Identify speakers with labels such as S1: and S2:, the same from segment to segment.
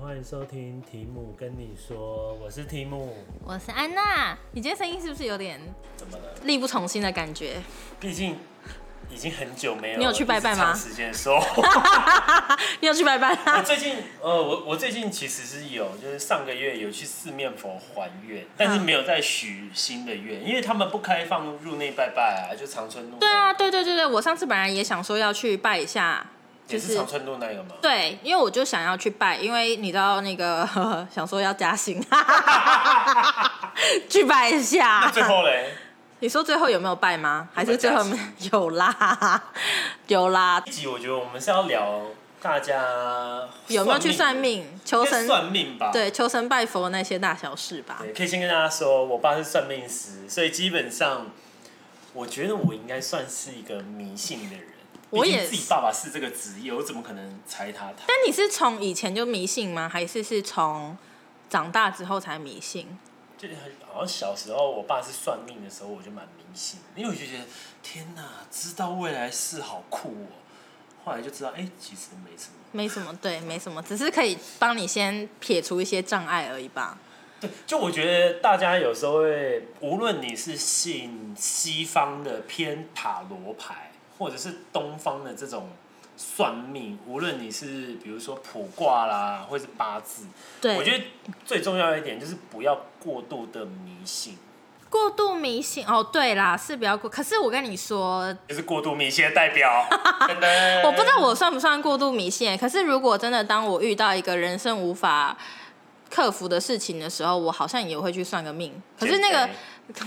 S1: 欢迎收听提姆跟你说，我是提姆。
S2: 我是安娜，你今天声音是不是有点
S1: 怎么了？
S2: 力不从心的感 觉？
S1: 毕竟已经很久没有，
S2: 你有去拜拜吗
S1: 时间 说，
S2: 你有去拜拜
S1: 我
S2: 啦？
S1: 最近呃，我我最近其实是有，就是上个月有去四面佛还愿，但是没有再许新的愿，因为他们不开放入内拜拜啊，就长春路。
S2: 对啊，，对对对对，我上次本来也想说要去拜一下，
S1: 也
S2: 就是是
S1: 长春路那个吗？
S2: 对，因为我就想要去拜，因为你知道那个 呵呵想说要加 薪，去拜一下。
S1: 最后嘞，
S2: 你说最后有没有拜吗？还是
S1: 有没有
S2: 最
S1: 加
S2: 后没有啦， 有啦
S1: 一，集我觉得我们是要聊大家
S2: 有没有去算命、
S1: 应
S2: 求
S1: 该
S2: 神？
S1: 算命吧？
S2: 对，求神拜佛那些大小事吧。
S1: 对，可以先跟大家说，我爸是算命师，所以基本上，我觉得我应该算是一个迷信的人。
S2: 我
S1: 毕竟
S2: 也
S1: 自己
S2: 是
S1: 爸爸是这个职业，我怎么可能猜他他？
S2: 但你是从以前就迷信吗？还是是从长大之后才迷信？
S1: 就是很好像小时候我爸是算命的时候，我就蛮迷信的，因为我就觉得天哪，知道未来事好酷哦。后来就知道，哎、其实没什么。
S2: 没什么，对，没什么，只是可以帮你先撇除一些障碍而已吧。
S1: 对， 就我觉得大家有时候会，无论你是信西方的偏塔罗牌，或者是东方的这种算命，无论你是比如说卜卦啦，或是八字，
S2: 对，
S1: 我觉得最重要一点就是不要过度的迷信，
S2: 过度迷信哦，对啦，是比较过。可是我跟你说，
S1: 就是过度迷信 的代表。噔噔
S2: 我不知道我算不算过度迷信欸。可是如果真的当我遇到一个人生无法克服的事情的时候，我好像也会去算个命。可是那个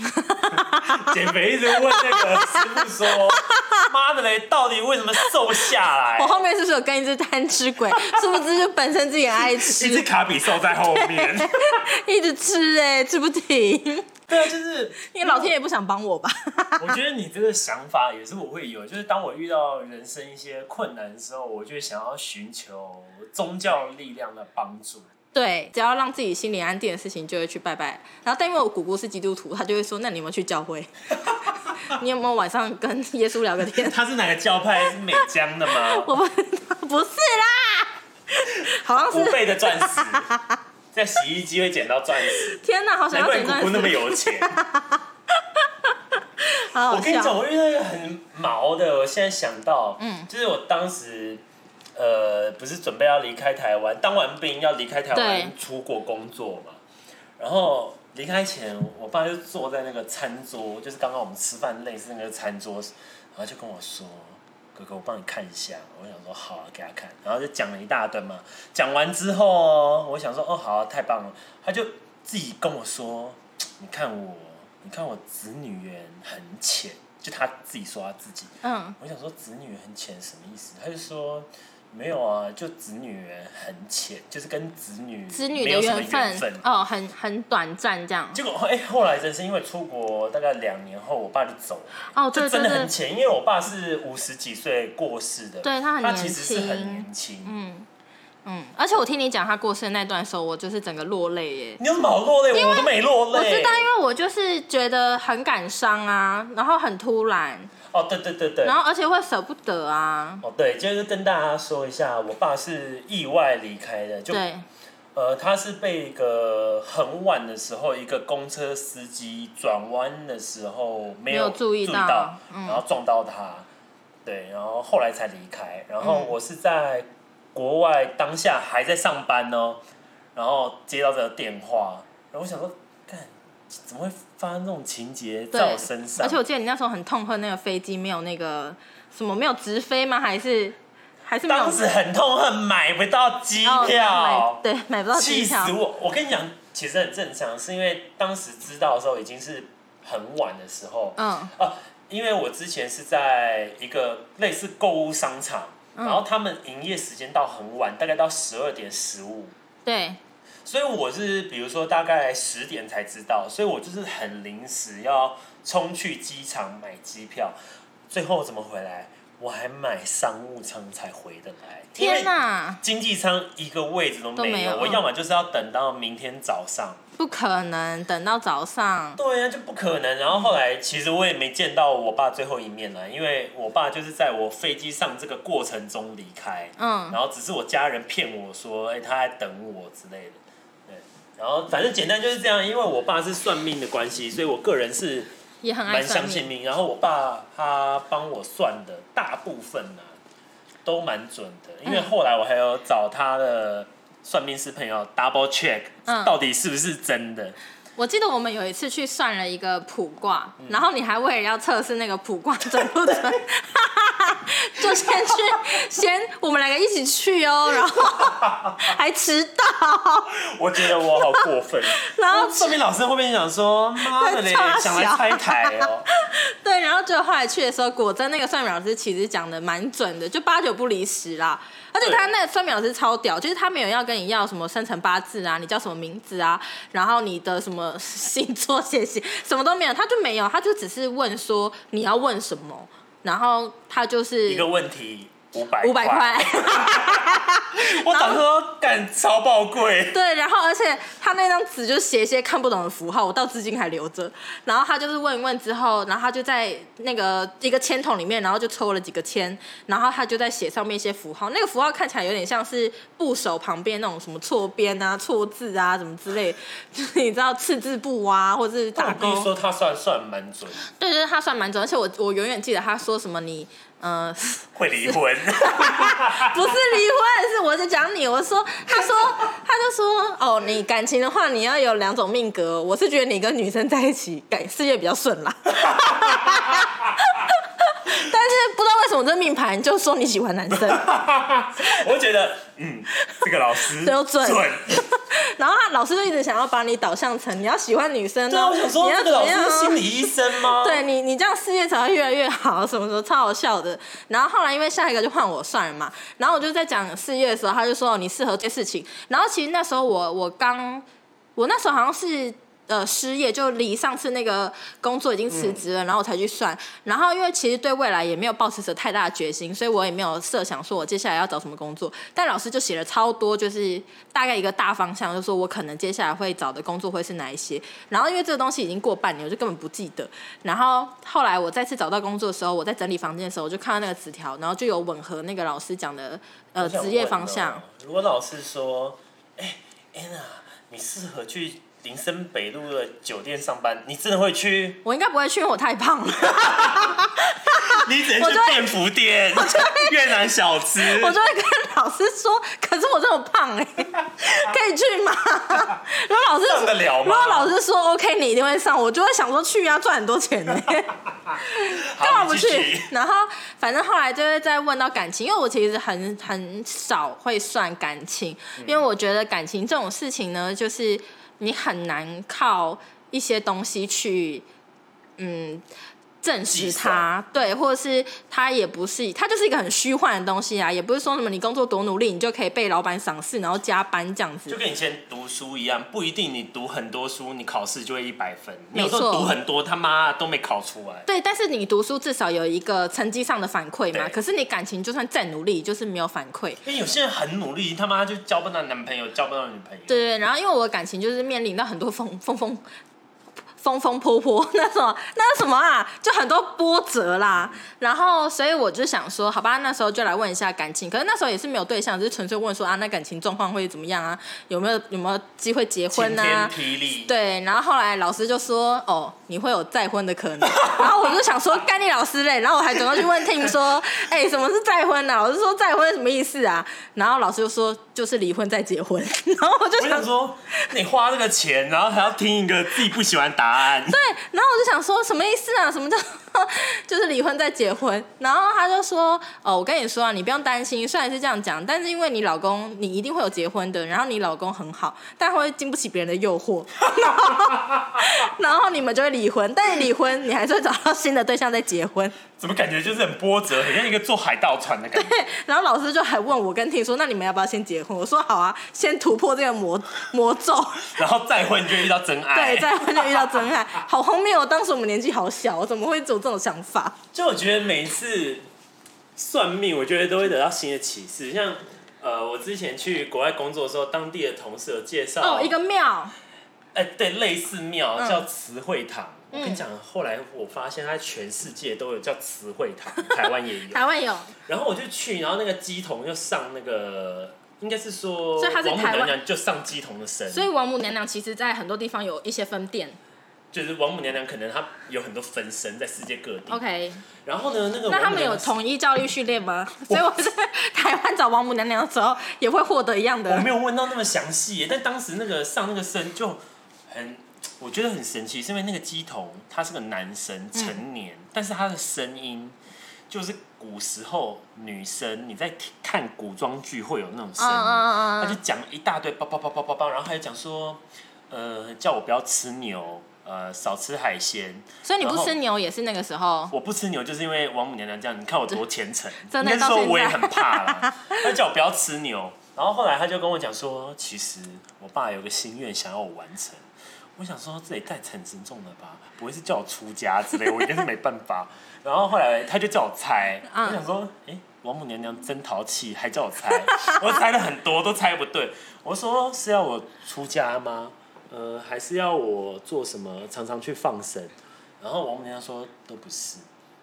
S1: 减肥减肥一直问那个师傅说：“妈的嘞，到底为什么瘦下来？”
S2: 我后面是不是有跟一只贪吃鬼？ 殊不知就本身自己很爱吃，
S1: 一只卡比瘦在后面。
S2: 一直吃哎、吃不停。
S1: 对啊，就是
S2: 因为老天爷不想帮我吧？
S1: 我觉得你这个想法也是我会有，就是当我遇到人生一些困难的时候，我就会想要寻求宗教力量的帮助。
S2: 对，只要让自己心里安定的事情，就会去拜拜。然后，但因为我姑姑是基督徒，她就会说：“那你有没有去教会？ 你有没有晚上跟耶稣聊个天
S1: 他是哪个教派？是美江的？” 吗？
S2: 我不知道，不是啦，好像
S1: 五
S2: 是。
S1: 倍的钻 石，在洗衣机会捡到钻石，
S2: 天哪，好
S1: 难
S2: 想要
S1: 怪
S2: 剪
S1: 姑
S2: 断
S1: 姑那么有钱。
S2: 好
S1: 我
S2: 好
S1: 跟你讲，
S2: 笑。
S1: 我遇到一个很毛的，我现在想到，嗯，就是我当时。呃，不是准备要离开台湾，当完兵要离开台湾
S2: 对
S1: 出国工作嘛。然后离开前，我爸就坐在那个餐桌，就是刚刚我们吃饭类似那个餐桌，然后就跟我说：“哥哥，我帮你看一下。”我想说：“好、啊，给他看。”然后就讲了一大段嘛。讲完之后哦，我想说：“哦，好啊、太棒了。”他就自己跟我说：“你看我，你看我子女缘很浅。”就他自己说他自己，
S2: 嗯，
S1: 我想说子女很浅什么意思？他就说没有啊，就子女缘很浅，就是跟子女
S2: 子女
S1: 没
S2: 的
S1: 有什么
S2: 缘
S1: 缘分。
S2: 哦，很很短暂这样。
S1: 结果哎、后来人生因为出国大概两年后，我爸就走了。
S2: 哦，
S1: 这
S2: 对
S1: 真
S2: 对
S1: 的很
S2: 对，
S1: 浅，因为我爸是五十几岁过世的，
S2: 对他很
S1: 其实是
S2: 年
S1: 很
S2: 轻
S1: 年轻。
S2: 嗯嗯。而且我听你讲他过世的那段的时候，我就是整个落泪耶。
S1: 你有什么好落泪？我都没落
S2: 我
S1: 泪。
S2: 知道，因为我就是觉得很感伤啊，然后很突然，
S1: 哦，对对对对
S2: 然。后而且会舍不得啊。
S1: 哦，对，就是跟大家说一下，我爸是意外离开的，就
S2: 对，
S1: 呃，他是被一个很晚的时候，一个公车司机转弯的时候没
S2: 没有注意
S1: 意
S2: 到
S1: 到，
S2: 嗯
S1: 然后撞到他，对，然后后来才离开。然
S2: 嗯
S1: 后我是在国外当下还在上班哦，然后接到这个电话，然后我想说，干，怎么会发生这种情节
S2: 对
S1: 在我身上？
S2: 而且我记得你那时候很痛恨那个飞机没有那个什么没有直飞吗？还是还是没有
S1: 当时很痛恨买不到机
S2: 哦
S1: 票，
S2: 买对买不到
S1: 气
S2: 机票
S1: 死。我！我跟你讲，其实很正常，是因为当时知道的时候已经是很晚的时候。
S2: 嗯
S1: 啊，因为我之前是在一个类似购物商场，
S2: 嗯
S1: 然后他们营业时间到很晚，大概到十二点十五。
S2: 对
S1: 所以我是比如说大概十点才知道，所以我就是很临时要冲去机场买机票，最后怎么回来？我还买商务舱才回得来。因为
S2: 天哪，
S1: 经济舱一个位置都
S2: 都
S1: 没
S2: 没
S1: 有，
S2: 有
S1: 我
S2: 嗯
S1: 要么就是要等到明天早上，
S2: 不可能等到早上，
S1: 对呀、啊就不可能。然后后来其实我也没见到我爸最后一面啦，因为我爸就是在我飞机上这个过程中离开，
S2: 嗯，
S1: 然后只是我家人骗我说，哎、他在等我之类的。对，然后反正简单就是这样，因为我爸是算命的关系，所以我个人是
S2: 也很爱
S1: 蛮
S2: 算
S1: 相信
S2: 命。
S1: 命。然后我爸他帮我算的大部分呢、都蛮准的，因为
S2: 嗯
S1: 后来我还有找他的算命师朋友 double check，、
S2: 嗯
S1: 到底是不是真的。
S2: 我记得我们有一次去算了一个卜卦，
S1: 嗯
S2: 然后你还为了要测试那个卜卦准不准， 就先去先我们两个一起去哦，然后还迟到，
S1: 我觉得我好过 分。
S2: 然后
S1: 算命老师后面想说：“妈 的嘞
S2: 在，抓
S1: 想来
S2: 小
S1: 拆台哦、
S2: 对，然后就后来去的时候，果真那个算命老师其实讲的蛮准的，就八九不离十啦。而且他那个算命老师超屌，就是他没有要跟你要什么生辰八字啊，你叫什么名字啊，然后你的什么星座血型 什么都没有，他就没有，他就只是问说你要问什么，然后他就是
S1: 一个问题五百
S2: 五百块。
S1: 我想说干超爆贵，
S2: 对，然后而且他那张纸就写一些看不懂的符号，我到至今还留着。然后他就是问一问之后，然后他就在那个一个签筒里面，然后就抽了几个签，然后他就在写上面一些符号。那个符号看起来有点像是部首旁边那种什么错边啊、错字啊什么之类，就是你知道刺字部啊，或者是打
S1: 我必须
S2: 勾。
S1: 说他算算蛮准，
S2: 对对，他算蛮准，而且我我永远记得他说什么你呃。
S1: 会离婚。
S2: 不是离婚，是我在讲你。我说，他说，他就说，哦，你感情的话，你要有两种命格。我是觉得你跟女生在一起，感事业比较顺啦。 但是不知道为什么这命盘就说你喜欢男生，
S1: 我觉得嗯，这个老师
S2: 都准
S1: 准。
S2: 然后他老师就一直想要把你导向成你要喜欢女生
S1: 对啊，
S2: 哦，
S1: 我想说
S2: 你要
S1: 这
S2: 怎
S1: 个
S2: 么
S1: 老师
S2: 样哦
S1: 是心理医生吗？
S2: 对啊你，你这样事业才会越来越好，什么时候超好笑的。然后后来因为下一个就换我算了嘛，然后我就在讲事业的时候，他就说哦你适合这些事情。然后其实那时候我我刚，我那时候好像是。呃，失业就离上次那个工作已经辞职了，然后我才去算。然后因为其实对未哦来也没有抱持着太大的决心，所以我也没有设想说我接下来要找什么工作。但老师就写了超多，就是大概一个大方向，就说我可能接下来会找的工作会是哪一些。然后因为这个东西已经过半年，我就根本不记得。然后后来我再次找到工作的时候，我在整理房间的时候，我就看到那个纸条，然后就有吻合那个老师讲的呃
S1: 我想问哦，
S2: 职业方向。
S1: 如果老师说，哎、安娜，你适合去林森北路的酒店上班，你真的会去？
S2: 我应该不会去，因为我太胖了，
S1: 你只能
S2: 我
S1: 去
S2: 就会
S1: 便服店、 越南小吃。
S2: 我就会跟老师说，可是我这么胖哎、可以去吗？ 如果老师
S1: 上得了吗
S2: 如果老师说 OK，你一定会上，我就会想说去啊，赚很多钱呢、
S1: 好
S2: 干嘛不
S1: 你
S2: 去
S1: 继续？
S2: 然后反正后来就是在问到感情，因为我其实很很少会算感情，
S1: 嗯
S2: 因为我觉得感情这种事情呢，就是你很难靠一些东西去，嗯。证实
S1: 计
S2: 它
S1: 算，
S2: 对，或者是它也不是，它就是一个很虚幻的东西啊，也不是说什么你工作多努力，你就可以被老板赏识，然后加班这样子
S1: 就。跟以前读书一样，不一定你读很多书，你考试就会一百分。你
S2: 没
S1: 有时
S2: 错
S1: 候读很多，他妈都没考出来。
S2: 对，但是你读书至少有一个成绩上的反馈嘛，
S1: 对
S2: 可是你感情就算再努力，就是没有反馈。
S1: 因为有些人很努力，他妈就交不到男朋友，交不到女朋友。
S2: 对对，然后因为我的感情就是面临到很多风风风风风波波， 那什么那什么啊，就很多波折啦。然后所以我就想说，好吧，那时候就来问一下感情。可是那时候也是没有对象，只是纯粹问说啊，那感情状况会怎么样啊？有没有有没有机会结
S1: 晴
S2: 婚
S1: 天？
S2: 啊
S1: 霹雳。
S2: 对，然后后来老师就说：“哦，你会有再婚的可能。”然后我就想说：“干你老师嘞！”然后我还主动去问 Tim 说：“哎、什么是再婚呢、啊？”老师说：“再婚是什么意思啊？”然后老师就说：“就是离婚再结婚。” 然后我就
S1: 我
S2: 想
S1: 想说，你花这个钱，然后还要听一个自己不喜欢答案。
S2: 对，然后我就想说什么意思啊？什么 叫就是离婚再结婚？然后他就说，哦，我跟你说啊，你不用担心，虽然是这样讲，但是因为你老公，你一定会有结婚的，然后你老公很好，但会经不起别人的诱惑，然后然后你们就会离婚，但是离婚你还是会找到新的对象再结婚。
S1: 怎么感觉就是很波折，很像一个坐海盗船的感觉。
S2: 然后老师就还问我跟婷说，那你们要不要先结婚？我说好啊，先突破这个魔魔咒。
S1: 然后再婚你就遇到真爱。
S2: 对，再婚就遇到真爱，好荒谬哦！当时我们年纪好小，我怎么会有这种想法？
S1: 就我觉得每一次算命，我觉得都会得到新的启示。像呃，我之前去国外工作的时候，当地的同事有介绍
S2: 哦，一个庙，
S1: 哎、对，类似庙
S2: 嗯
S1: 叫慈惠堂。我跟你讲，后来我发现它全世界都有叫慈惠 堂，台湾也有。
S2: 台湾有，
S1: 然后我就去，然后那个鸡童就上那个，应该是说，
S2: 所以它在
S1: 王母
S2: 台湾
S1: 娘娘就上鸡童的身，
S2: 所以王母娘娘其实在很多地方有一些分店。
S1: 就是王母娘娘可能她有很多分身在世界各地。
S2: OK，
S1: 然后呢，那个
S2: 哦那他
S1: 王母
S2: 们
S1: 娘
S2: 有
S1: 娘
S2: 统一教育训练吗？所以我在台湾找王母娘娘的时候，也会获得一样
S1: 我
S2: 的
S1: 没。有问到那么详细耶，但当时那个上那个身就很，我觉得很神奇，是因为那个鸡童他是个男生，成年，
S2: 嗯
S1: 但是他的声音就是古时候女生你在听看古装剧会有那种声音，
S2: 嗯嗯嗯嗯
S1: 他就讲一大堆叭叭叭叭叭叭，然后他就讲说，呃，叫我不要吃牛，呃，少吃海鲜，
S2: 所以你不
S1: 然后
S2: 吃牛也是那个时候。
S1: 我不吃牛，就是因为王母娘娘这样，你看我多虔诚。
S2: 哦 真的
S1: 应该是说
S2: 到现在
S1: 我也很怕 啦，他叫我不要吃牛。然后后来他就跟我讲说，其实我爸有个心愿想要我完成。我想说这也太沉沉重了吧，不会是叫我出家之类，我一定是没办法。 然后后来他就叫我猜，
S2: 嗯
S1: 我想说，哎、王母娘娘真淘气，还叫我猜， 我猜了很多都猜不对。我说是要我出家吗？呃，还是要我做什么？常常去放生？然后王母娘娘说都不是。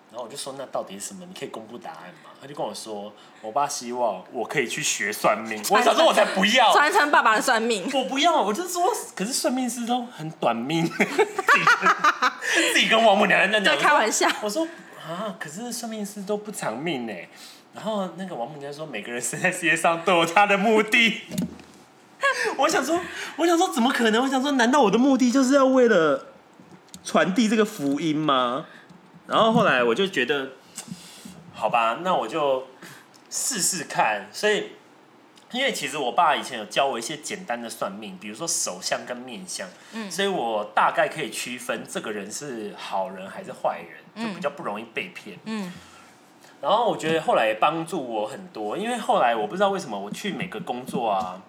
S1: 然后我就说那到底是什么？你可以公布答案吗？他就跟我说，我爸希望我可以去学算命。我想说我才不要，
S2: 传承爸爸的算命，
S1: 我不要，我就说，可是算命师都很短命， 自己跟自己跟王母娘娘这样讲
S2: 在，开玩笑。
S1: 我说啊，可是算命师都不长命呢。然后那个王母娘娘说，每个人生在世界上都有他的目的。 我想说，我想说，怎么可能？我想说，难道我的目的就是要为了传递这个福音吗？然后后来我就觉得，好吧，那我就试试看。所以，因为其实我爸以前有教我一些简单的算命，比如说手相跟面相，嗯，所以我大概可以区分这个人是好人还是坏人，就比较不容易被骗。
S2: 嗯，
S1: 然后我觉得后来也帮助我很多，因为后来我不知道为什么我去每个工作啊，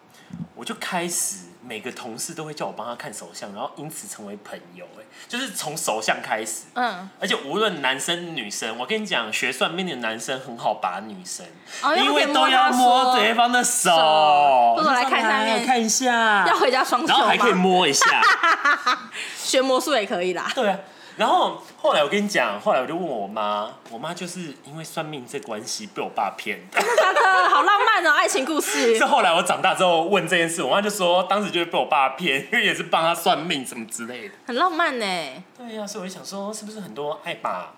S1: 我就开始每个同事都会叫我帮他看手相，然后因此成为朋友、哎，就是从手相开始。
S2: 嗯，
S1: 而且无论男生女生，我跟你讲，学算命的男生很好把女生，
S2: 哦
S1: 因为
S2: 可以
S1: 都要
S2: 他
S1: 摸
S2: 说
S1: 对方的手，
S2: 手不如来
S1: 就说
S2: 看一下面
S1: 看一下，
S2: 要回家双 手
S1: 然后还可以
S2: 吗？
S1: 摸一 下，
S2: 学魔术也可以啦。
S1: 对啊。然后后来我跟你讲，后来我就问我妈，我妈就是因为算命这关系被我爸骗 的。
S2: 真的好浪漫哦，爱情故 事
S1: 是。后来我长大之后问这件事，我妈就说当时就是被我爸骗，因为也是帮他算命什么之类的。
S2: 很浪漫呢、
S1: 对呀、所以我就想说，是不是很多爱把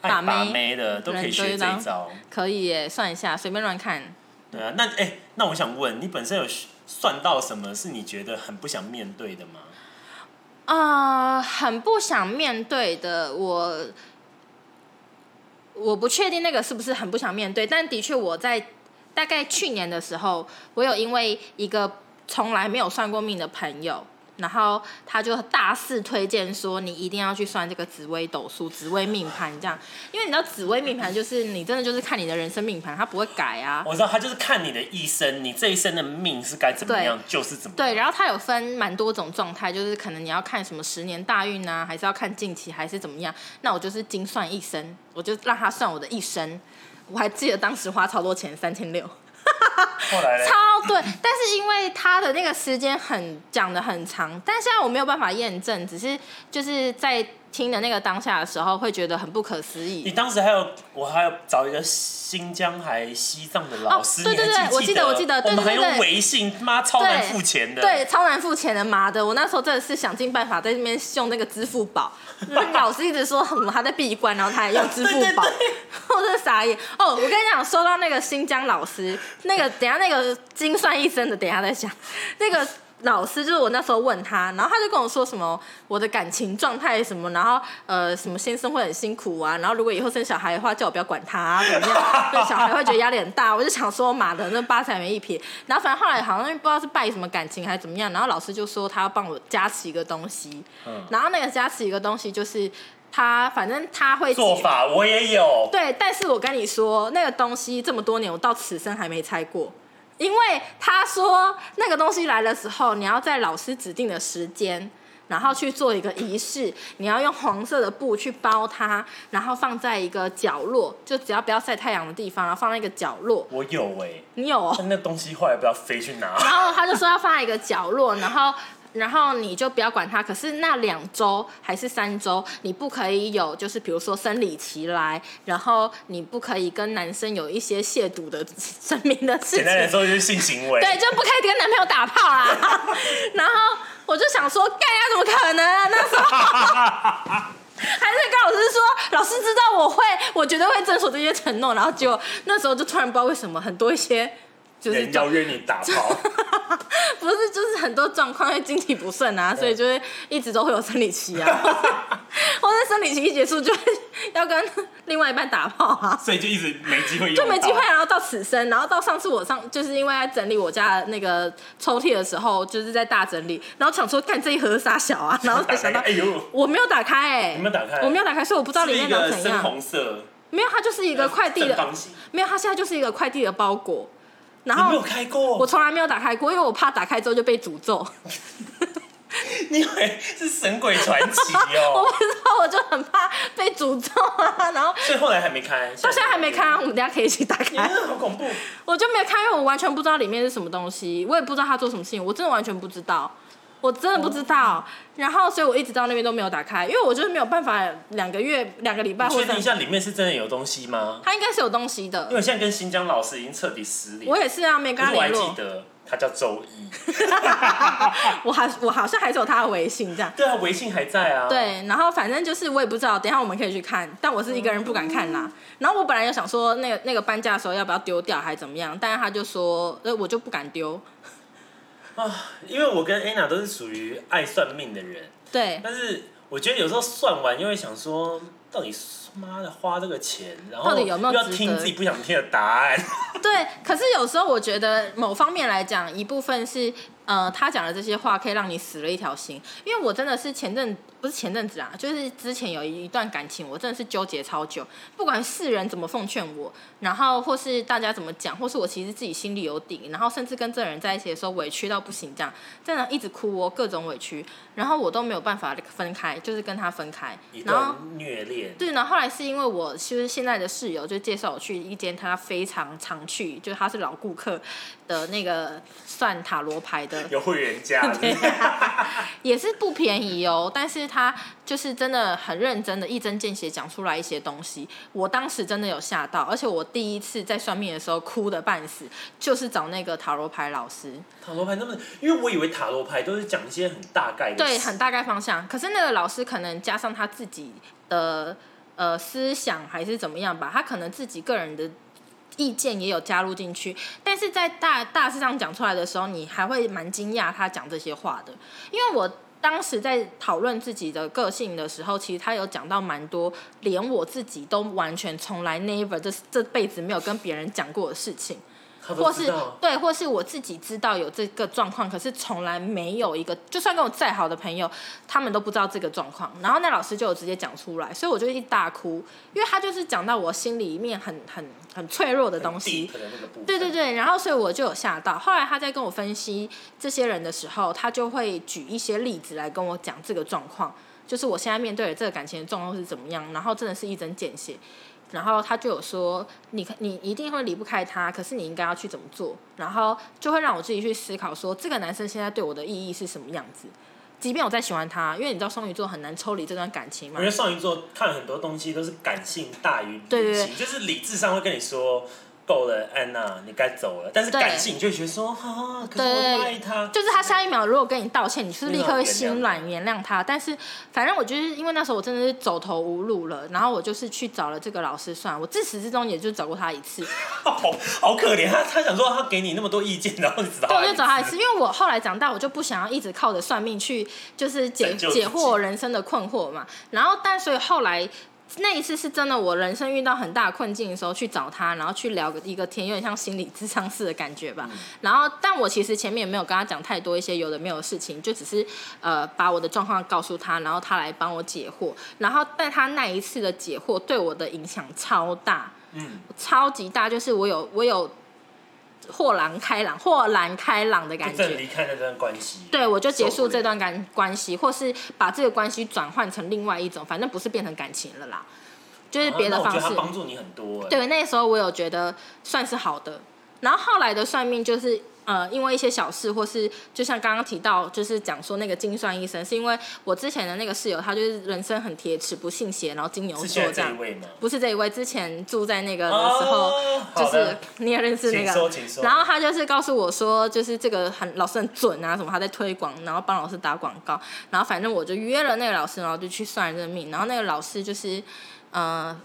S1: 爱
S2: 把妹
S1: 把妹的都可以学
S2: 人
S1: 这
S2: 都
S1: 一
S2: 一张
S1: 招？
S2: 可以耶，算一下，随便乱看。
S1: 对啊，那哎、那我想问，你本身有算到什么是你觉得很不想面对的吗？
S2: 啊、很不想面对的我，我不确定那个是不是很不想面对，但的确我在大概去年的时候，我有因为一个从来没有算过命的朋友。然后他就大肆推荐说，你一定要去算这个紫微斗数、紫微命盘这样，因为你知道紫微命盘就是你真的就是看你的人生命盘，它不会改啊。
S1: 我知道他就是看你的一生，你这一生的命是该怎么样就是怎么样。
S2: 对，然后它有分蛮多种状态，就是可能你要看什么十年大运啊，还是要看近期，还是怎么样？那我就是精算一生，我就让他算我的一生。我还记得当时花超多钱，三千六，
S1: 后来呢？
S2: 超对。但是因为他的那个时间很讲的很长，但现在我没有办法验证，只是就是在听的那个当下的时候，会觉得很不可思
S1: 你
S2: 议。
S1: 当时还有我还有找一个新疆还西藏的老师，
S2: 哦对对
S1: 你还
S2: 对我记得我记得对
S1: 我们还
S2: 对对
S1: 用微信，妈超难付钱的。
S2: 对，超难付钱的，妈的！我那时候真的是想尽办法在那边用那个支付 宝，那个老师一直说什么他在闭关，然后他还用支付宝，
S1: 对对
S2: 我真的傻眼。哦，我跟你讲，说到那个新疆老师，那个等一下那个精算一生的，等一下再讲。那个老师就是我那时候问他，然后他就跟我说什么我的感情状态什么，然后呃什么先生会很辛苦啊，然后如果以后生小孩的话，叫我不要管他、啊、怎么样，对小孩会觉得压力很大。我就想说妈的，那八才没一撇。然后反正后来好像不知道是拜什么感情还是怎么样，然后老师就说他要帮我加持一个东西，
S1: 嗯
S2: 然后那个加持一个东西就是他反正他会
S1: 做
S2: 解
S1: 法我也有，
S2: 对，但是我跟你说，那个东西这么多年，我到此生还没拆过。因为他说那个东西来的时候，你要在老师指定的时间，然后去做一个仪式，你要用黄色的布去包它，然后放在一个角落，就只要不要晒太阳的地方，然后放在一个角落。
S1: 我有哎、
S2: 你有、哦？
S1: 但那东西后来不知道飞去哪。
S2: 然后他就说要放在一个角落，然后然后你就不要管它。可是那两周还是三周，你不可以有就是比如说生理期来，然后你不可以跟男生有一些亵渎的生命的事
S1: 简单来
S2: 情。
S1: 说就是性行为。
S2: 对，就不可以跟男朋友打炮啦。然后我就想说，干呀，怎么可能啊？那时候还是跟老师说，老师知道我会，我绝对会遵守这些承诺。然后结果那时候就突然不知道为什么，很多一些就是
S1: 人邀约你打炮，
S2: 不是，就是很多状况会经期不顺啊，所以就会一直都会有生理期 啊，或者生理期一结束就会要跟另外一半打炮 啊，
S1: 所以就一直没机会用，
S2: 就没机会。。啊然后到此生，然后到上次我上就是因为在整理我家的那个抽屉的时候，就是在大整理，然后想说干这一盒是啥 小啊，然后才想到
S1: 哎呦，
S2: 我没有打开哎、
S1: 你没有打开
S2: 我没有打开，所以我不知道里
S3: 是一
S2: 面长
S3: 个
S2: 怎
S3: 深
S2: 样。
S3: 红色，
S2: 没有，它就是一个快递
S3: 正
S2: 的
S3: 方，形，
S2: 没有，它现在就是一个快递的包裹，然
S1: 你没
S2: 后
S1: 有开过，
S2: 我从来没有打开过，因为我怕打开之后就被诅咒。
S1: 你以为是神鬼传奇
S2: 我
S1: 哦？
S2: 不知道，我就很怕被诅咒啊。然后
S1: 所以后来还没开，
S2: 到现在还没开，啊我们等一下可以一起打
S1: 耶，
S2: 开。
S1: 好恐怖！
S2: 我就没有开，因为我完全不知道里面是什么东西，我也不知道他做什么事情，我真的完全不知道，我真的不知道。然后，所以我一直到那边都没有打开，因为我就是没有办法两个月、两个礼拜或
S1: 确
S2: 者
S1: 定一下里面是真的有东西吗？
S2: 他应该是有东西
S1: 因为
S2: 的。
S1: 我现在跟新疆老师已经彻底失联，
S2: 我也是啊，没
S1: 可
S2: 跟他
S1: 是我还
S2: 联
S1: 记
S2: 络。
S1: 得他叫周一，
S2: 我还我好像还是有他的微信这样。
S1: 对啊，微信还在啊。，
S2: 对，然后反正就是我也不知道，等一下我们可以去看，但我是一个人不敢看啦。然后我本来有想说那个那个搬家的时候要不要丢掉还怎么样，但是他就说，呃，我就不敢丢。
S1: 啊因为我跟 Anna 都是属于爱算命的人，
S2: 对，
S1: 但是我觉得有时候算完，又会想说，到底妈的花这个钱，然后
S2: 到底有没有
S1: 又要
S2: 值得
S1: 听自己不想听的答案？
S2: 对，可是有时候我觉得某方面来讲，一部分是呃他讲的这些话可以让你死了一条心，因为我真的是前阵不是前阵子啊，就是之前有一段感情，我真的是纠结超久，不管世人怎么奉劝我，然后或是大家怎么讲，或是我其实自己心里有底，然后甚至跟这个人在一起的时候委屈到不行，这样真的一直哭哦，各种委屈，然后我都没有办法分开，就是跟他分开
S1: 一，
S2: 然后。
S1: 段虐恋，
S2: 对，然后后来是因为我就是现在的室友就介绍我去一间他非常常去，就他是老顾客的那个算塔罗牌的，
S1: 有会员 价，
S2: 也是不便宜哦，但是他就是真的很认真的，一针见血讲出来一些东西，我当时真的有吓到，而且我第一次在算命的时候哭的半死，就是找那个塔罗牌老师，
S1: 塔罗牌那么，因为我以为塔罗牌都是讲一些很大概的，
S2: 对，很大概方向。可是那个老师可能加上他自己的呃思想还是怎么样吧，他可能自己个人的意见也有加入进去。但是在大大致上讲出来的时候，你还会蛮惊讶他讲这些话的，因为我。当时在讨论自己的个性的时候，其实他有讲到蛮多，连我自己都完全从来 never 这这辈子没有跟别人讲过的事情。
S1: 他
S2: 或
S1: 都知
S2: 是
S1: 道，
S2: 对，或是我自己知道有这个状况，可是从来没有一个，就算跟我再好的朋友，他们都不知道这个状况。然后那老师就有直接讲出来，所以我就一大哭，因为他就是讲到我心里面很很很脆弱的东西
S1: deep。的那个部分，
S2: 对对对，然后所以我就有吓到。后来他在跟我分析这些人的时候，他就会举一些例子来跟我讲这个状况，就是我现在面对的这个感情的状况是怎么样，然后真的是一针见血。然后他就有说，你你一定会离不开他，可是你应该要去怎么做，然后就会让我自己去思考说，这个男生现在对我的意义是什么样子。即便我再喜欢他，因为你知道双鱼座很难抽离这段感情嘛
S1: 因为，双鱼座看很多东西都是感性大于理性，
S2: 对对对
S1: 就是理智上会跟你说够了，安娜，你该走了，但是
S2: 对
S1: 感性你就会觉得说，哈、啊，可是
S2: 对
S1: 我爱他，
S2: 就是他下一秒如果跟你道歉，你就是立刻会心软
S1: 嗯
S2: 原谅他。但是反正我就是因为那时候我真的是走投无路了，然后我就是去找了这个老师算，我自始至终也就找过他一次，
S1: 好好可怜，他他想说他给你那么多意见，然后你只好
S2: 对，我就找他一次，因为我后来长大，我就不想要一直靠着算命去就是解
S1: 拯救自己
S2: 解惑人生的困惑嘛。然后，但所以后来。那一次是真的，我人生遇到很大的困境的时候去找他，然后去聊个一个天，有点像心理智商式的感觉吧。然后，但我其实前面也没有跟他讲太多一些有的没有的事情，就只是呃把我的状况告诉他，然后他来帮我解惑。然后，但他那一次的解惑对我的影响超大，
S1: 嗯，
S2: 超级大，就是我有我有豁然开朗、豁然开朗的
S1: 就
S2: 感
S1: 真的
S2: 觉。
S1: 离开那段关系，
S2: 对，我就结
S1: 受不
S2: 束
S1: 了
S2: 这段感关系，或是把这个关系转换成另外一种，反正不是变成感情了啦，就是
S1: 啊
S2: 别的
S1: 那我
S2: 方
S1: 觉得
S2: 式。
S1: 他帮助你很多，哎，
S2: 对，那时候我有觉得算是好的。然后后来的算命就是呃，因为一些小事，或是就像刚刚提到，就是讲说那个精算医生，是因为我之前的那个室友，他就是人生很铁齿，不信邪，然后金牛
S1: 是现
S2: 座
S1: 在
S2: 这
S1: 这
S2: 样
S1: 一。位吗？
S2: 不是这一位，之前住在那个的时候，
S1: 哦
S2: 就
S1: 好
S2: 是
S1: 的
S2: 你也认识那
S1: 请
S2: 个
S1: 说，，请说。
S2: 然后他就是告诉我说，就是这个很老师很准啊，什么他在推广，然后帮老师打广告，然后反正我就约了那个老师，然后就去算这个命，然后那个老师就是，呃，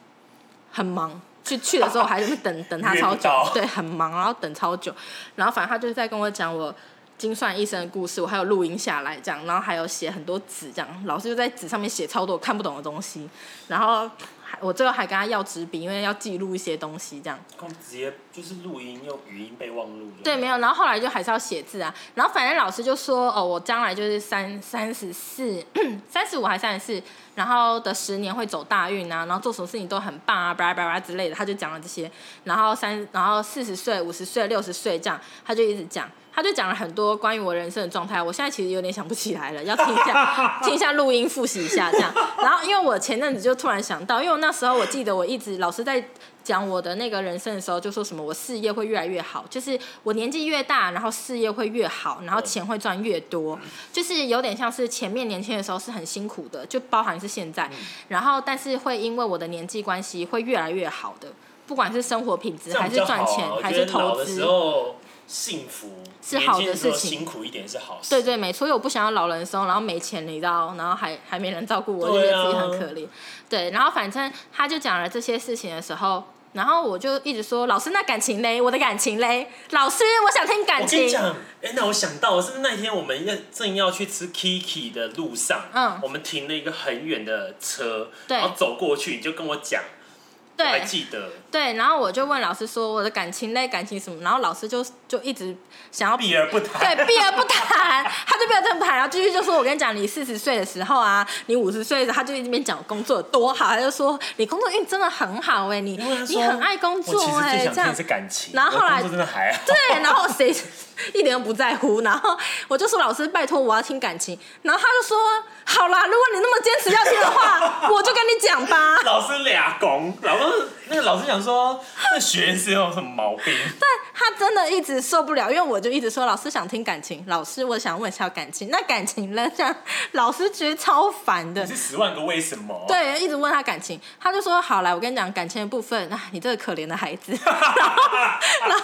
S2: 很忙，去去的时候我还是等等他
S1: 约不
S2: 超久
S1: 到，
S2: 对，很忙，然后等超久，然后反正他就是在跟我讲我。精算医生的故事，我还有录音下来，这样，然后还有写很多纸，这样，老师就在纸上面写超多我看不懂的东西，然后还我最后还跟他要纸笔，因为要记录一些东西，这样。
S1: 光直接就是录音用语音备忘录。
S2: 对，没有。然后后来就还是要写字啊。然后反正老师就说，哦，我将来就是三三十四、 三十五还三十四，然后的十年会走大运啊，然后做什么事情都很棒啊，巴拉巴拉之类的，他就讲了这些。然后三，然后四十岁、五十岁、六十岁这样，他就一直讲。他就讲了很多关于我人生的状态，我现在其实有点想不起来了，要听一下听一下录音复习一下这样。然后因为我前阵子就突然想到，因为我那时候我记得我一直老师在讲我的那个人生的时候，就说什么我事业会越来越好，就是我年纪越大，然后事业会越好，然后
S1: 嗯
S2: 钱会赚越多，就是有点像是前面年轻的时候是很辛苦的，就包含是现在，
S1: 嗯
S2: 然后但是会因为我的年纪关系会越来越好的，不管是生活品
S1: 这
S2: 质
S1: 样
S2: 还
S1: 比
S2: 是
S1: 较好啊
S2: 赚钱
S1: 我觉
S2: 还
S1: 得
S2: 是
S1: 老
S2: 投
S1: 的时
S2: 资。
S1: 候幸福
S2: 是好的
S1: 年轻时候
S2: 事情
S1: 辛苦一点是好事。
S2: 对对，没错，因为我不想要老人的时候，然后没钱，你知道，然后还还没人照顾我，就觉
S1: 对
S2: 得
S1: 啊
S2: 自己很可怜。对，然后反正他就讲了这些事情的时候，然后我就一直说，老师那感情嘞，我的感情嘞，老师我想听感
S1: 我跟
S2: 情
S1: 你。讲，哎、那我想到，是不是那天我们要正要去吃 Kiki 的路上，
S2: 嗯
S1: 我们停了一个很远的车，
S2: 对
S1: 然后走过去，你就跟我讲，我还
S2: 对
S1: 记得，
S2: 对，然后我就问老师说我的感情嘞，感情什么？然后老师就就一直想要
S1: 避而不谈。
S2: 对，避而不谈，他就避而不谈，然后继续就说：“我跟你讲，你四十岁的时候啊，你五十岁的时候，他就一边讲我工作有多好，他就说你工作运真的很好哎、你
S1: 因为他说
S2: 你很爱工
S1: 我
S2: 作
S1: 其实
S2: 哎、
S1: 最想
S2: 这
S1: 听
S2: 样
S1: 的。是感情，
S2: 然后后来
S1: 我工作真的还好。
S2: 对，然后谁一点都不在乎，然后我就说老师拜托我要听感情，然后他就说好啦，如果你那么坚持要听的话，我就跟你讲吧。
S1: 老师俩拱，然后那个老师想说，这学生是有什么毛病？
S2: 他真的一直受不了，因为我就一直说老师想听感情，老师我想问一下感情，那感情呢？这样老师觉得超烦的
S1: 你是。十万个为什么？
S2: 对，一直问他感情，他就说好来，我跟你讲感情的部分，啊，你这个可怜的孩子。 然后，然后，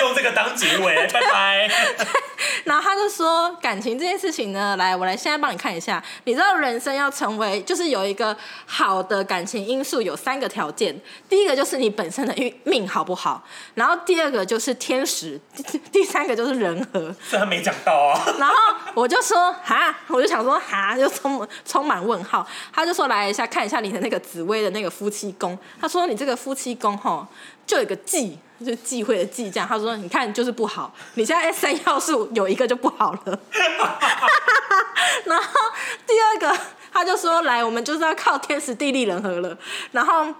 S1: 用这个当结 尾，拜拜。
S2: 然后他就说感情这件事情呢，来，我来现在帮你看一下。你知道人生要成为，就是有一个好的感情因素有三个条件，第一个就是你本身的运命好不好，然后第二个就是天时，第第三个就是人和。
S1: 这他没讲到啊。
S2: 然后我就说哈，我就想说哈，就充满充满问号。他就说来一下看一下你的那个紫薇的那个夫妻宫，他说你这个夫妻宫吼就有一个忌，就是忌讳的忌这样。他说你看就是不好，你现在三要素有一个就不好了。 然后第二个他就说来我们就是要靠天时地利人和了，然后。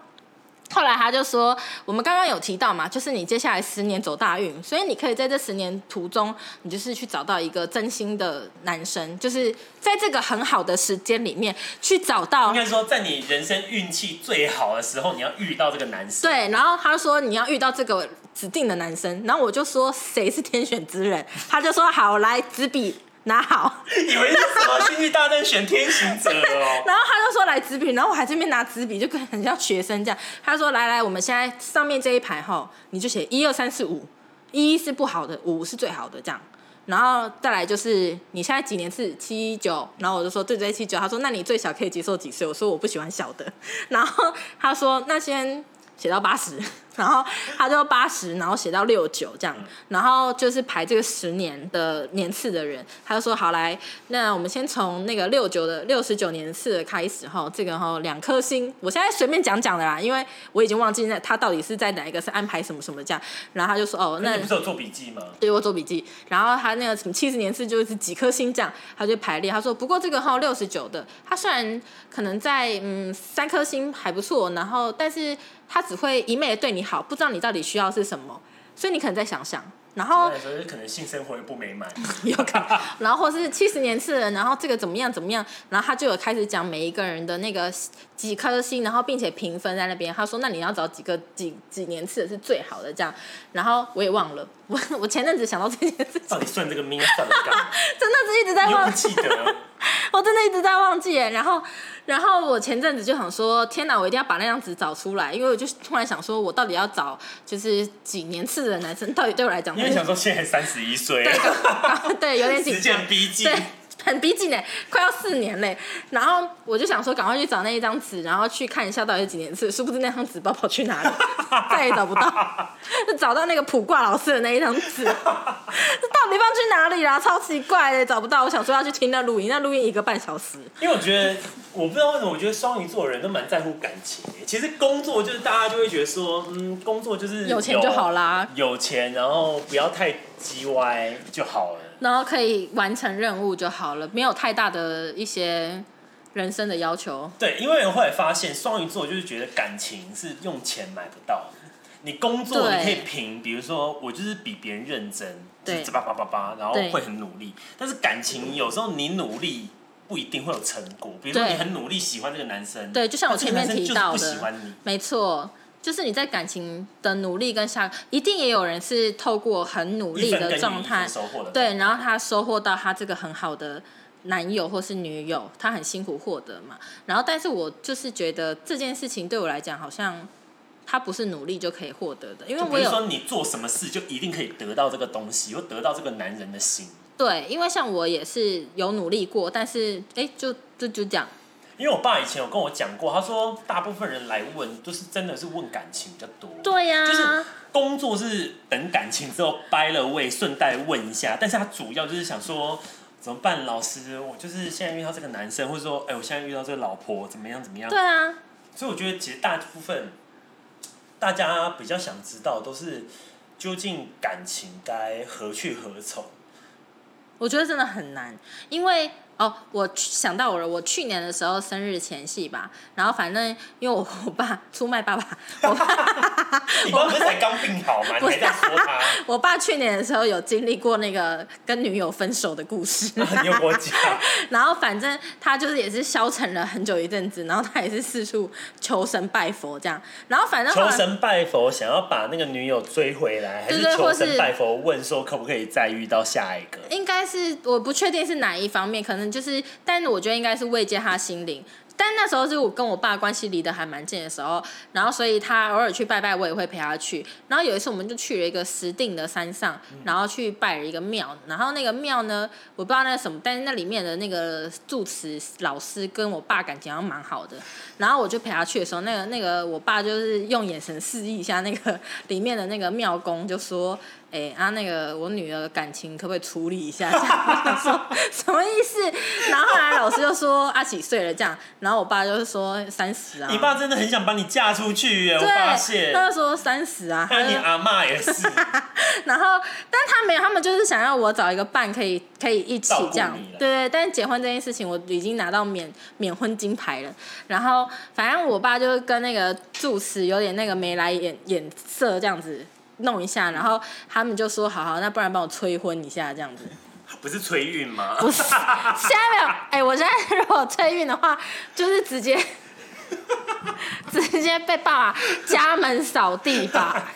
S2: 后来他就说，我们刚刚有提到嘛，就是你接下来十年走大运，所以你可以在这十年途中，你就是去找到一个真心的男生，就是在这个很好的时间里面去找到
S1: 应。该说，在你人生运气最好的时候，你要遇到这个男生。
S2: 对，然后他说你要遇到这个指定的男生，然后我就说谁是天选之人，他就说好，来纸笔拿好，
S1: 以为是什么《星际大战》选天行者 哦。
S2: 然后他就说来纸笔，然后我还这边拿纸笔，就跟很像学生这样。他说来来，我们现在上面这一排哈，你就写一二三四五，一是不好的，五是最好的这样。然后再来就是你现在几年是七九，然后我就说对对七九，他说那你最小可以接受几岁？我说我不喜欢小的， 然后他说那先写到八十， 然后他就八十，然后写到六九这样，然后就是排这个十年的年次的人，他就说好来，那我们先从那个六九的六十九年次的开始哈，这个哈两颗星，我现在随便讲讲的啦，因为我已经忘记那他到底是在哪一个是安排什么什么这样，然后他就说哦，那
S1: 那你不是有做笔记吗？
S2: 对我做笔记，然后他那个什么七十年次就是几颗星这样，他就排列。他说，不过这个号六十九的，他虽然可能在嗯三颗星还不错，然后但是他只会一昧的对你好，不知道你到底需要是什么，所以你可能再想想。然后
S1: 那时候就可能性生活也不美满，
S2: 哦有可能，然后或是七十年次人，然后这个怎么样怎么样，然后他就有开始讲每一个人的那个几颗星，然后并且评分在那边。他说：“那你要找几个几几年次的是最好的这样。”然后我也忘了，我 我前阵子想到这件事，
S1: 到底算这个命算了干嘛？
S2: 真的是一直在
S1: 你又
S2: 忘
S1: 不
S2: 记，
S1: 记得，
S2: 我真的一直在忘记耶。然后，然后我前阵子就想说：“天哪，我一定要把那张纸找出来，因为我就突然想说，我到底要找就是几年次的男生，到底对我来讲
S1: 因为想说现在三十一岁，
S2: 对 有点紧
S1: 时
S2: 张。”
S1: 间逼近
S2: 对，，很逼近嘞，快要四年嘞。然后我就想说，赶快去找那一张纸，然后去看一下到底是几年次。殊不知那张纸不知道跑去哪里，再也找不到，就找到那个卜卦老师的那一张纸，这到底放去哪里啦？超奇怪的，找不到。我想说要去听那录音，那录音一个半小时。
S1: 因为我觉得，我不知道为什么，我觉得双鱼座的人都蛮在乎感情的。其实工作就是大家就会觉得说，嗯，工作就是
S2: 有钱就好啦，
S1: 有钱，然后不要太叽歪就好了。
S2: 然后可以完成任务就好了，没有太大的一些人生的要求。
S1: 对，因为我后来发现，双鱼座就是觉得感情是用钱买不到的。你工作
S2: 对
S1: 你可以凭，比如说我就是比别人认真，
S2: 对
S1: 就是叭叭叭叭，然后
S2: 对
S1: 会很努力。但是感情有时候你努力不一定会有成果，比如说
S2: 对
S1: 你很努力喜欢这个男生，
S2: 对，就像我
S1: 但这
S2: 前
S1: 个
S2: 面
S1: 男生
S2: 提
S1: 就是
S2: 到
S1: 不
S2: 的，
S1: 喜欢你。
S2: 没错，就是你在感情的努力跟下，一定也有人是透过很努力
S1: 一分耕耘
S2: 的状
S1: 一
S2: 态
S1: 分，收获的
S2: 对，然后他收获到他这个很好的男友或是女友，他很辛苦获得嘛。然后，但是我就是觉得这件事情对我来讲，好像他不是努力就可以获得的，因为
S1: 就
S2: 我
S1: 比如
S2: 有
S1: 说你做什么事，就一定可以得到这个东西，或得到这个男人的心。
S2: 对，因为像我也是有努力过，但是哎，就就就这样，
S1: 因为我爸以前有跟我讲过，他说大部分人来问，就是真的是问感情比较多。、
S2: 对呀、
S1: 就是工作是等感情之后掰了位，顺带问一下，但是他主要就是想说。怎么办，老师？我就是现在遇到这个男生，或者说，哎、我现在遇到这个老婆，怎么样怎么样？
S2: 对啊，
S1: 所以我觉得，其实大部分大家比较想知道，都是究竟感情该何去何 从。
S2: 我觉得真的很难，因为哦，我去想到我了，我去年的时候生日前夕吧，然后反正因为我我爸出卖爸爸，我爸
S1: 你刚不是才刚病好吗？你还在说 他？
S2: 我爸去年的时候有经历过那个跟女友分手的故 事，
S1: 你有跟我讲，
S2: 然后反正他就是也是消沉了很久一阵子，然后他也是四处求神拜佛这样，然后反正后
S1: 求
S2: 来
S1: 神拜佛，想要把那个女友追回来，还是
S2: 对对
S1: 求
S2: 或是
S1: 神拜佛问说可不可以再遇到下一个？
S2: 应该是我不确定是哪一方面，可能就是，但是我觉得应该是慰藉他心灵。但那时候是我跟我爸关系离得还蛮近的时候，然后所以他偶尔去拜拜，我也会陪他去。然后有一次我们就去了一个石定的山上，然后去拜了一个庙。然后那个庙呢，我不知道那是什么，但是那里面的那个住持老师跟我爸感情好像蛮好的。然后我就陪他去的时候，那个那个我爸就是用眼神示意一下那个 里面的那个庙公，就说：“哎、啊，那个我女儿感情可不可以处理一下？” 这样我想说什么意思？然后后来老师就说：“啊，几岁了？”这样，然后我爸就是说：“三十啊。”
S1: 你爸真的很想把你嫁出去耶，我发
S2: 对，
S1: 现。
S2: 他就说三十啊，
S1: 还
S2: 他
S1: 有
S2: 就
S1: 你阿嬷也 是，
S2: 然后，但他没有，他们就是想要我找一个伴，可以可以一起这
S1: 照
S2: 样
S1: 顾你，啦
S2: 对对。但是结婚这件事情，我已经拿到免免婚金牌了。然后，反正我爸就跟那个住持有点那个眉来眼眼色这样子弄一下，然后他们就说：“好好，那不然帮我催婚一下这样子。”
S1: 不是催孕吗？
S2: 不是，现在没有。哎、我现在如果催孕的话，就是直接 直接被爸爸家门扫地吧。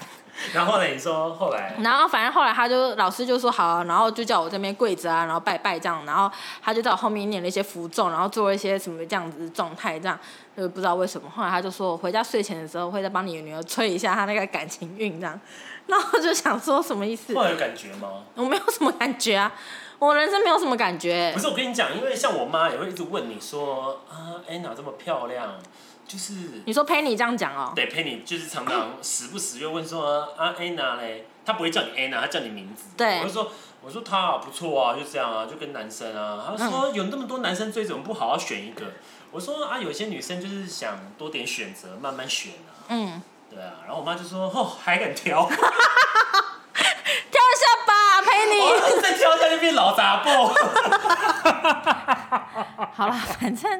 S1: 然后呢？你说后来
S2: 然后反正后来他就老师就说好啊、然后就叫我这边跪着啊，然后拜拜这样，然后他就在我后面念了一些符咒，然后做了一些什么这样子的状态，这样就不知道为什么。后来他就说我回家睡前的时候会再帮你女儿催一下她那个感情运这样，然后我就想说什么意思
S1: 后？来有感觉吗？
S2: 我没有什么感觉啊，我人生没有什么感觉
S1: 不。是我跟你讲，因为像我妈也会一直问你说啊，安娜这么漂亮，就是
S2: 你说陪你这样讲哦，
S1: 得陪你，就是常常时不时就问说啊安娜嘞，她不会叫你安娜，她叫你名字。
S2: 对
S1: 我就说我说她啊不错啊，就这样啊，就跟男生啊。她
S2: 嗯
S1: 说有那么多男生追，怎么不好好选一个？我说啊，有些女生就是想多点选择，慢慢选啊。
S2: 嗯，
S1: 哦对啊，然后我妈就说哦，还敢挑，
S2: 跳一下吧，陪 你。
S1: 我再跳下去变老杂布。
S2: 好啦，反正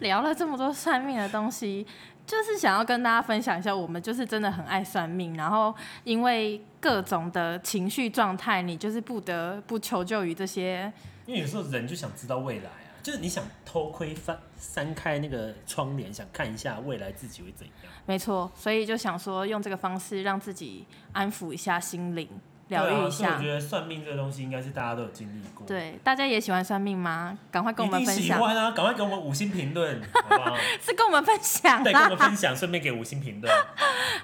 S2: 聊了这么多算命的东西，就是想要跟大家分享一下，我们就是真的很爱算命，然后因为各种的情绪状态，你就是不得不求救于这些。
S1: 因为有时候人就想知道未来啊，就是你想偷窥翻翻开那个窗帘，想看一下未来自己会怎样。
S2: 没错，所以就想说用这个方式让自己安抚一下心灵，疗
S1: 对
S2: 愈
S1: 啊
S2: 一
S1: 所以
S2: 下
S1: 我。觉得算命这个东西应该是大家都有经历过。，
S2: 对，大家也喜欢算命吗？赶快跟我们分
S1: 一定喜
S2: 享，
S1: 欢啊！赶快给我们五星评论，好不 好？
S2: 是跟我们分 享
S1: 对，跟我们
S2: 啦。
S1: 分享，顺便给五星评论。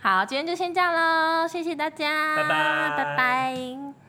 S2: 好，今天就先这样喽，谢谢大家，
S1: 拜拜
S2: 拜拜。